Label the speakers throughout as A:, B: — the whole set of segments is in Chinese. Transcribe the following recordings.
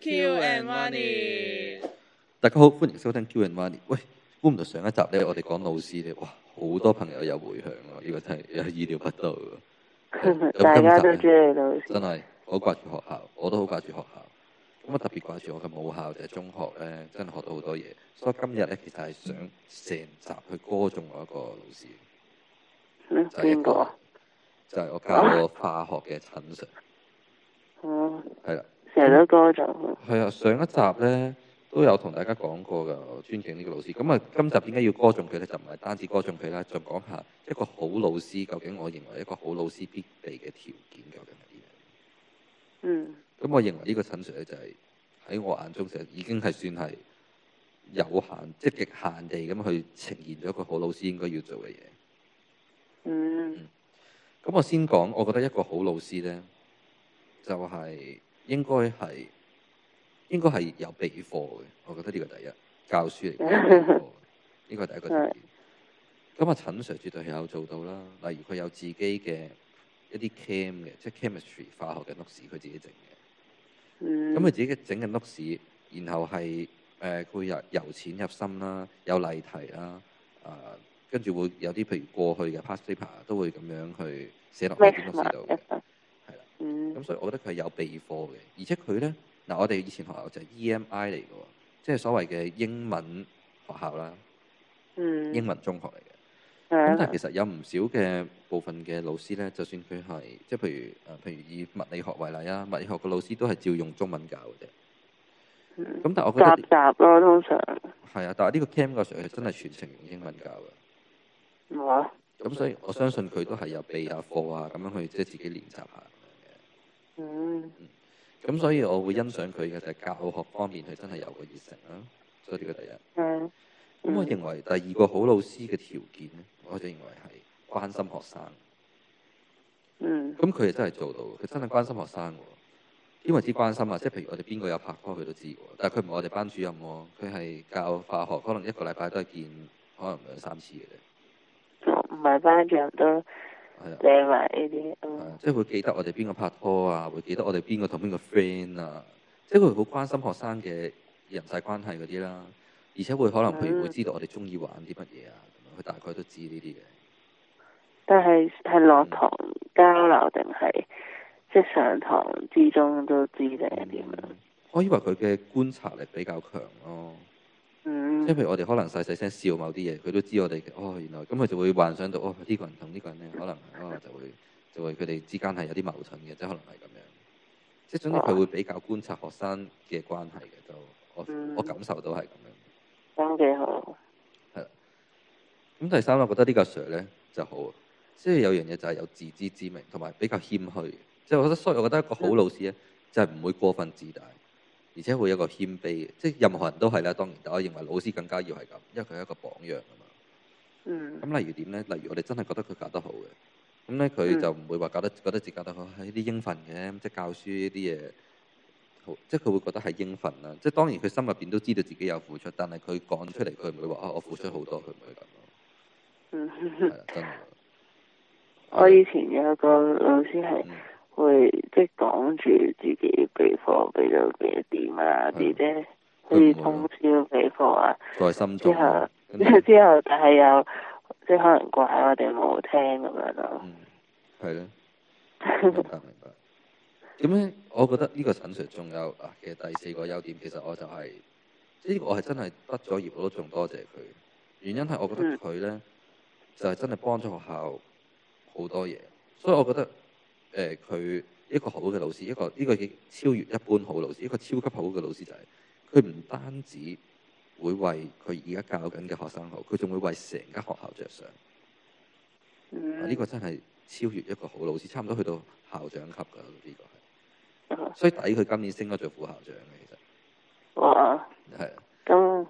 A: Q and Money。
B: 大家好，歡迎收聽 Q and Money。喂，估唔到上一集咧，我哋講老師咧，哇，好多朋友有回響啊！呢、個真係意料不到嘅，
C: 大家都中意老師，
B: 真係好掛住學校，我都好掛住學校。咁我啊特別掛住我嘅母校就係、中學咧，真係學到好多嘢。所以今日咧，其實係想成集去歌頌我一個老師，
C: 嗯
B: 就係、一
C: 邊個
B: 個
C: 啊？
B: 就係、我教我化學嘅陳 Sir，
C: 哦，
B: 係啦。
C: 成日都歌就
B: 係啊，上一集咧都有同大家講過㗎，我尊敬呢個老師。咁啊，今集點解要歌頌佢咧？就唔係單止歌頌佢啦，仲講下一個好老師究竟我認為一個好老師必備嘅條件究竟係點樣？
C: 嗯
B: 咁我認為呢個陳 Sir 咧就係、喺我眼中就已經係算係有限，即係極限地咁去呈現咗一個好老師應該要做嘅嘢。
C: 嗯
B: 咁我先講，我覺得一個好老師呢，就係、應該係應該係有備課嘅。我覺得呢個第一，教書嚟講有備課，呢個係第一個條件。咁啊，陳 Sir 絕對係有做到啦。例如佢有自己嘅一啲 chem 嘅，即係 chemistry 化學嘅 notes，佢自己整嘅。
C: 嗯，
B: 咁佢自己嘅整嘅 notes，然後係誒佢會由由淺入深啦，有例題啦，啊、跟住會有啲譬如過去嘅 past paper 都會咁樣去寫落去
C: mix
B: 啲 notes
C: 埋
B: 度
C: 一
B: 嘅。
C: 份，
B: 係啦，咁
C: 嗯
B: 所以我覺得佢係有備課嘅，而且佢咧嗱，我哋以前學校就係 EMI 嚟嘅喎，即係所謂嘅英文學校啦，
C: 嗯，
B: 英文中學嚟嘅。咁
C: 係啊
B: 但
C: 啦
B: 係其實有唔少嘅部分嘅老師咧，就算佢係即係譬如誒，呃譬如以物理學為例啊，物理學嘅老師都係照用中文教嘅啫。
C: 嗯
B: 咁但係我覺
C: 雜
B: 得
C: 雜咯，通常
B: 係啊，但係呢個 Cam 個 Sir 係真係全程用英文教嘅。
C: 哇，
B: 咁
C: 嗯
B: 所以我相信佢都係有備下課啊，咁樣去即係自己練習下咁
C: 嗯
B: 樣嘅。咁所以我會欣賞佢嘅就係教學方面，佢真係有個熱誠啦。所以呢個第一。
C: 係，
B: 咁我
C: 嗯
B: 認為第二個好老師嘅條件咧，我就認為係關心學生。
C: 嗯
B: 咁佢哋真係做到喎，佢真係關心學生喎。因為之關心啊，即係譬如我哋邊個有拍拖佢都知喎，但係佢唔係我哋班主任喎，佢係教化學，可能一個禮拜都係見可能兩三次嘅啫。
C: 唔係班長都
B: 係啊，
C: 理埋呢啲，
B: 係
C: 嗯
B: 啊即係會記得我哋邊個拍拖啊，會記得我哋邊個同邊個 friend 啊，即係佢好關心學生嘅人際關係嗰啲啦，而且會可能譬如會知道我哋中意玩啲乜嘢啊，咁樣佢大概都知呢啲嘅。
C: 但係係
B: 嗯
C: 落堂交流定係即係上堂之中都知定係點啊樣？
B: 我以為佢嘅觀察力比較強咯。
C: 嗯
B: 即係譬如我哋可能細細聲笑某啲嘢，佢都知我哋嘅哦，原來咁佢就會幻想到哦呢、個人同呢個人咧，可能哦就會就會佢哋之間係有啲矛盾嘅，即係可能係咁樣。即係總之佢會比較觀察學生嘅關係嘅，就我
C: 嗯
B: 我感受到係咁樣。
C: 咁幾好，
B: 咁第三，我覺得呢個 Sir 咧就好啊，即係有樣嘢就係有自知之明，同埋比較謙虛。即係我覺得，所以我覺得一個好老師咧，就係唔會過分自大，而且會有一個謙卑嘅。即係任何人都係啦，當然，但我認為老師更加要係咁，因為佢係一個榜樣啊嘛。
C: 嗯
B: 咁例如點咧？例如我哋真係覺得佢教得好嘅，咁咧佢
C: 嗯
B: 就唔會話教得覺得自己教得好係啲應份嘅，即係教書呢啲嘢，好即係佢會覺得係應份啦。即係當然佢心入邊都知道自己有付出，但係佢講出嚟佢唔會話啊我付出好多，佢唔會咁咯。
C: 嗯
B: 係。啦，真嘅。
C: 我以前有個老師係
B: 嗯
C: 會即係講住自己備課備到幾點啊
B: 係
C: 啲啫，好
B: 佢
C: 似
B: 唔會
C: 通
B: 咯
C: 宵備課啊，
B: 在心中
C: 之後
B: 咯，跟住
C: 之後但係又即係可能怪我哋冇聽咁樣咯。
B: 嗯係咧。明白明白。咁咧，我覺得呢個陳 Sir 仲有啊，其實第四個優點，其實我就係、呢、個我係真係畢咗業，我都仲多謝佢。原因係我覺得
C: 嗯
B: 佢咧就係、真係幫咗學校好多嘢，所以我覺得誒佢、一個好嘅老師，一個呢、個已超越一般好老師，一個超級好嘅老師就係佢唔單止會為佢而家教緊嘅學生好，佢仲會為成間學校着想。啊！
C: 嗯，
B: 呢個真係超越一個好老師，差唔多去到校長級㗎啦。呢、個
C: 哦
B: 係，所以抵佢今年升咗做副校長嘅，
C: 哇，
B: 其實係啊
C: 咁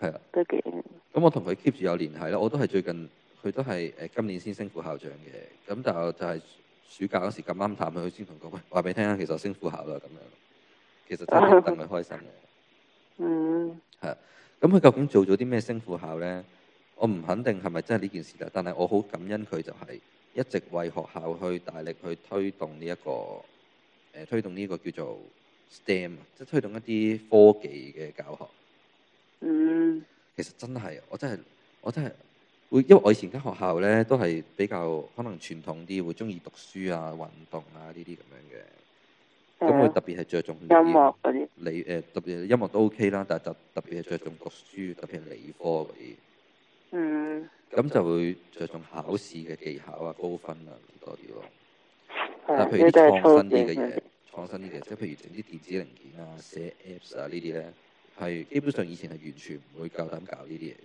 B: 係啊。
C: 都幾
B: 咁我同佢 keep 住有聯繫啦。我都係最近佢都係誒今年先升副校長嘅。咁但係我就係暑假嗰時咁啱探佢，佢先同我講：喂，話俾你聽啊，其實我升副校啦咁樣。其實真係戥佢開心嘅。
C: 嗯
B: 咁佢究竟做咗啲咩升副校呢？我唔肯定係咪真係呢件事啦，但係我好感恩佢就係一直為學校去大力去推動呢、一個誒、呃推動呢個叫做 STEM 啊，即係推動一啲科技嘅教學。
C: 嗯
B: 其實真係，我真係我真係會，因為我以前間學校咧都係比較可能傳統啲，會中意讀書啊、運動啊呢啲咁樣嘅。咁
C: 係啊
B: 我特別係着重呢
C: 音
B: 啲
C: 樂嗰啲，
B: 理誒、特別音樂都 OK 啦，但係特特別係着重讀書，特別係理科嗰啲。
C: 嗯
B: 咁就會着重考試嘅技巧啊、高分啊咁多啲咯。
C: 係
B: 但
C: 啊
B: 係譬如
C: 呢
B: 啲
C: 都係
B: 創
C: 操
B: 新啲嘅
C: 練嗰
B: 嘢
C: 啲，
B: 創新啲嘅，即係譬如整啲電子零件啊、寫 Apps 啊呢啲咧，係基本上以前係完全唔會夠膽搞呢啲嘢嘅。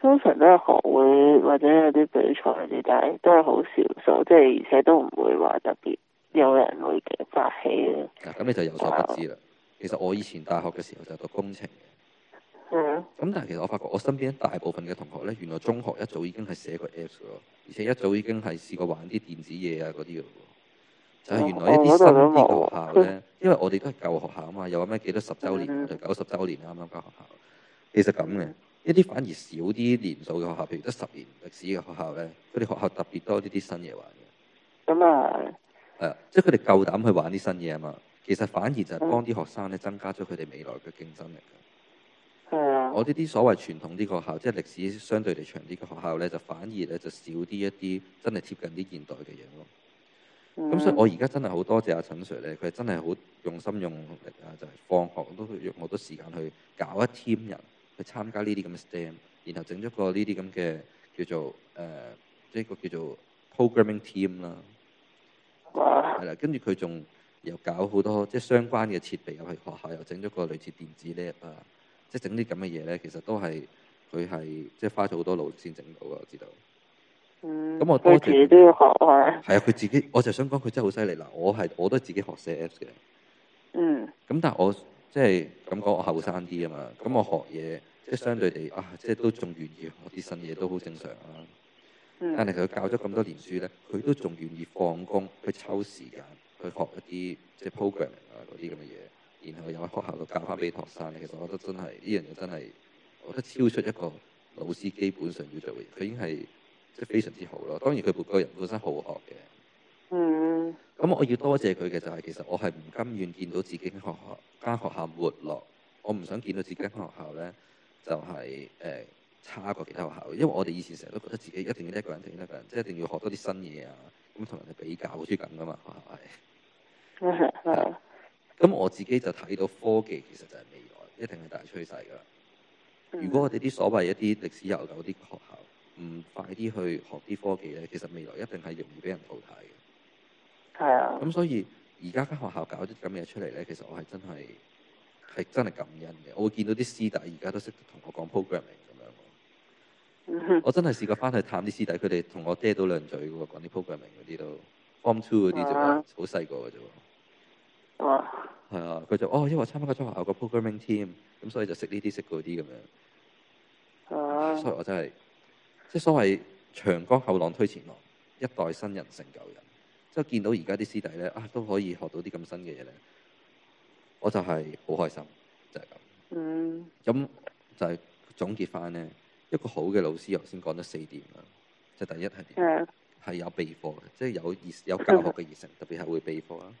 C: 通常都係學會或者有啲比賽嗰啲，但係都係好少數，即係而且都唔會話特別有人會嘅發起嘅。
B: 嗱，咁你就有所不知啦。其實我以前大學嘅時候就讀工程嘅，
C: 嗯
B: 咁但係其實我發覺我身邊大部分嘅同學咧，原來中學一早已經係寫過 Apps 嘅咯，而且一早已經係試過玩啲電子嘢啊嗰啲嘅喎。就係原來一啲新啲嘅學校咧，因為我哋都係舊學校啊嘛，又話咩幾多十週年，我哋九十週年啊啦，啱啱間學校。其實咁嘅，一啲反而少啲年數嘅學校，譬如得十年歷史嘅學校咧，佢哋學校特別多呢啲新嘢玩嘅。
C: 咁啊，
B: 係啊，即係佢哋夠膽去玩啲新嘢啊嘛。其實反而就係幫啲學生咧增加咗佢哋未來嘅競爭力。啊
C: 係啊，
B: 我呢啲所謂傳統啲嘅學校，即係歷史相對地長啲嘅學校咧，就反而咧就少啲一啲真係貼近啲現代嘅嘢咯。
C: 嗯
B: 咁、所以我而家真係好多謝阿陳 Sir 咧，佢真係好用心用力啊，就係、放學都會用好多時間去搞一 team 人去參加呢啲咁嘅 STEM，然後整咗個呢啲咁嘅叫做誒、呃即係一個叫做 programming team 啦。
C: 我哇，
B: 係啦，跟住佢仲又搞好多即係相關嘅設備入去學校，又整咗個類似電子 lab 啊，即係整啲咁嘅嘢咧，其實都係佢係即係花咗好多努力先整到嘅，我知道。
C: 嗯，
B: 咁我多
C: 佢
B: 謝
C: 自己都要學啊，
B: 係啊，佢自己我就想講佢真係好犀利嗱，我係我都係自己學寫 apps 嘅，
C: 嗯
B: 咁但係我即係咁講，我後生啲啊嘛，咁我學嘢即係相對地啊，即係都仲願意學啲新嘢都好正常啊。但
C: 嗯
B: 係佢教咗咁多年書咧，佢都仲願意放工去抽時間去學一啲即係 programming 啊嗰啲咁嘅嘢，然後又喺學校度教翻俾學生咧。其實我覺得真係呢樣嘢真係，我覺得超出一個老師基本上要做嘅嘢，佢已經係即係非常之好咯。當然佢個人本身好學嘅。
C: 嗯
B: 咁我要多謝佢嘅就係、其實我係唔甘願見到自己間學校間學校沒落，我唔想見到自己間學校咧就係、呃差過其他學校，因為我哋以前成日都覺得自己一定要叻過人，一定要叻過人，即係一定要學多啲新嘢啊，咁同人哋比較好似咁噶嘛，學校係。
C: 係啊，
B: 咁我自己就睇到科技其實就係未來，一定係大趨勢㗎啦。
C: 嗯
B: 如果我哋啲所謂一啲歷史悠久啲嘅學校唔快啲去學啲科技咧，其實未來一定係容易俾人淘汰嘅。
C: 係啊，
B: 咁所以而家間學校搞啲咁嘅嘢出嚟咧，其實我係真係係真係感恩嘅。我會見到啲師弟而家都識得同我講 programming 咁樣喎。
C: 嗯
B: 我真係試過翻去探啲師弟，佢哋同我嗲到兩嘴嘅喎，講啲 programming 嗰啲都 form two 嗰啲啫喎
C: 啊，
B: 好細個嘅啫喎。
C: 哇，
B: 係啊，佢就哦，因為我參加咗學校個 programming team，咁所以就識呢啲識嗰啲咁樣。
C: 啊，
B: 所以我真係即係所謂長江後浪推前浪，一代新人成舊人。即係見到而家啲師弟咧啊，都可以學到啲咁新嘅嘢咧，我就係好開心，就係、
C: 嗯
B: 咁。咁就係總結翻咧，一個好嘅老師，頭先講咗四點啦，即係第一係點？
C: 係啊，
B: 係有備課嘅，即係有熱有教學嘅熱誠，特別係會備課啦。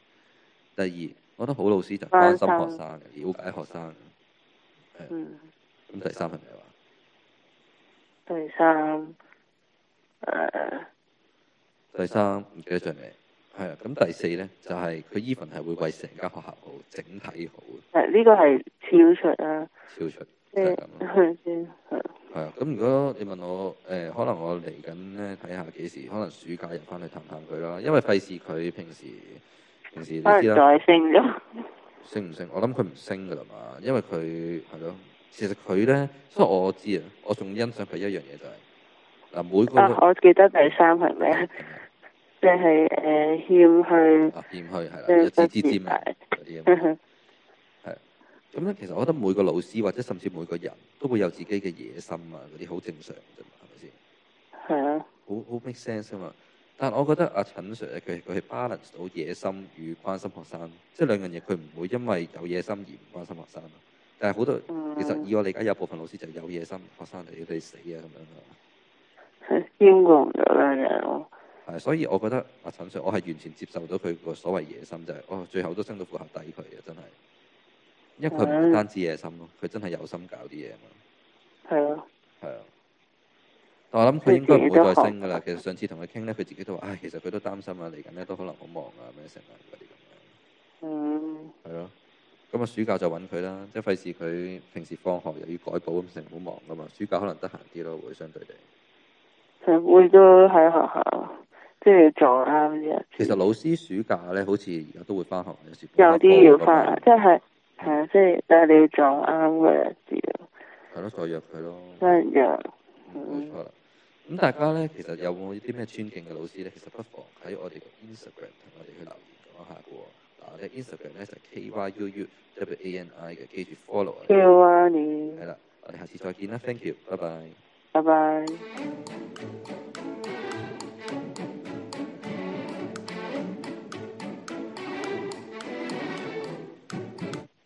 B: 第二，我覺得好老師就係關心學生嘅，了解學生嘅。
C: 嗯。
B: 咁第三係咩話？
C: 第三，誒、
B: 第三唔記得咗係咩？係啦，咁第四咧就係佢 even 係會為成間學校好，整體好，
C: 誒呢個係超出啦，
B: 超出就
C: 即
B: 係咁咯。
C: 係先係
B: 係啊，咁如果你問我，誒、可能我嚟緊咧睇下幾時，可能暑假入翻去探探佢啦，因為費事佢平時平時你
C: 可
B: 知
C: 能
B: 啦，
C: 再升咗，
B: 升唔升？我諗佢唔升噶啦嘛，因為佢係咯，其實佢咧，所以我知啊，我仲欣賞佢一樣嘢就係、嗱每個
C: 啊！我記得第三係咩？即係誒 欠
B: 啊謙虛係
C: 即
B: 啦，
C: 嗯係
B: 一支支
C: 不自
B: 尖
C: 大
B: 嗰啲咁
C: 去，
B: 咁咧，其實我覺得每個老師或者甚至每個人都會有自己嘅野心啊，嗰啲好正常啫嘛，係咪先？
C: 係啊，
B: 好好 make sense 啊嘛。但我覺得阿陳 Sir 咧，佢佢係 balance 到野心與關心學生，即係兩樣嘢，佢唔會因為有野心而唔關心學生咯。但係好多
C: 嗯
B: 其實以我理解，有部分老師就有野心，學生就要你死啊咁樣咯。
C: 兼顧唔到兩樣咯，
B: 係，所以我覺得阿陳 Sir，我係完全接受到佢個所謂野心，就係、哦，最後都生到副合底佢嘅，真係，因為佢唔係單止野心咯，佢真係有心搞啲嘢啊嘛，
C: 係啊，
B: 係啊。但我諗佢應該唔會再升噶啦。
C: 佢
B: 其實上次同佢傾咧，佢自己都話：，唉、其實佢都擔心啊，嚟緊咧都可能好忙啊，咩成啊嗰啲咁
C: 嗯，
B: 樣。係咯。咁啊，暑假就揾佢啦，即係費事佢平時放學又要改簿咁，成好忙噶嘛。暑假可能得閒啲咯，會相對地。
C: 嗯佢會都喺學校，即係撞啱啲日
B: 其
C: 子
B: 實老師暑假咧，好似而家都會翻學，有時補
C: 有
B: 下
C: 啲要
B: 課咁樣
C: 翻嚟，即係係啊，即係但係你要撞啱嘅日子咯，
B: 係咯，再約佢咯。
C: 真係樣，
B: 冇錯啦。咁大家咧，其實有冇啲咩尊敬嘅老師咧？其實不妨喺我哋嘅 Instagram 同我哋去留言講下嘅喎。嗱，我哋 Instagram 咧就 K Y U U W A N I 嘅，記住 follow 我哋。
C: 叫啊你
B: 係，啦，我哋下次再見啦，thank you，拜拜。
C: 拜拜。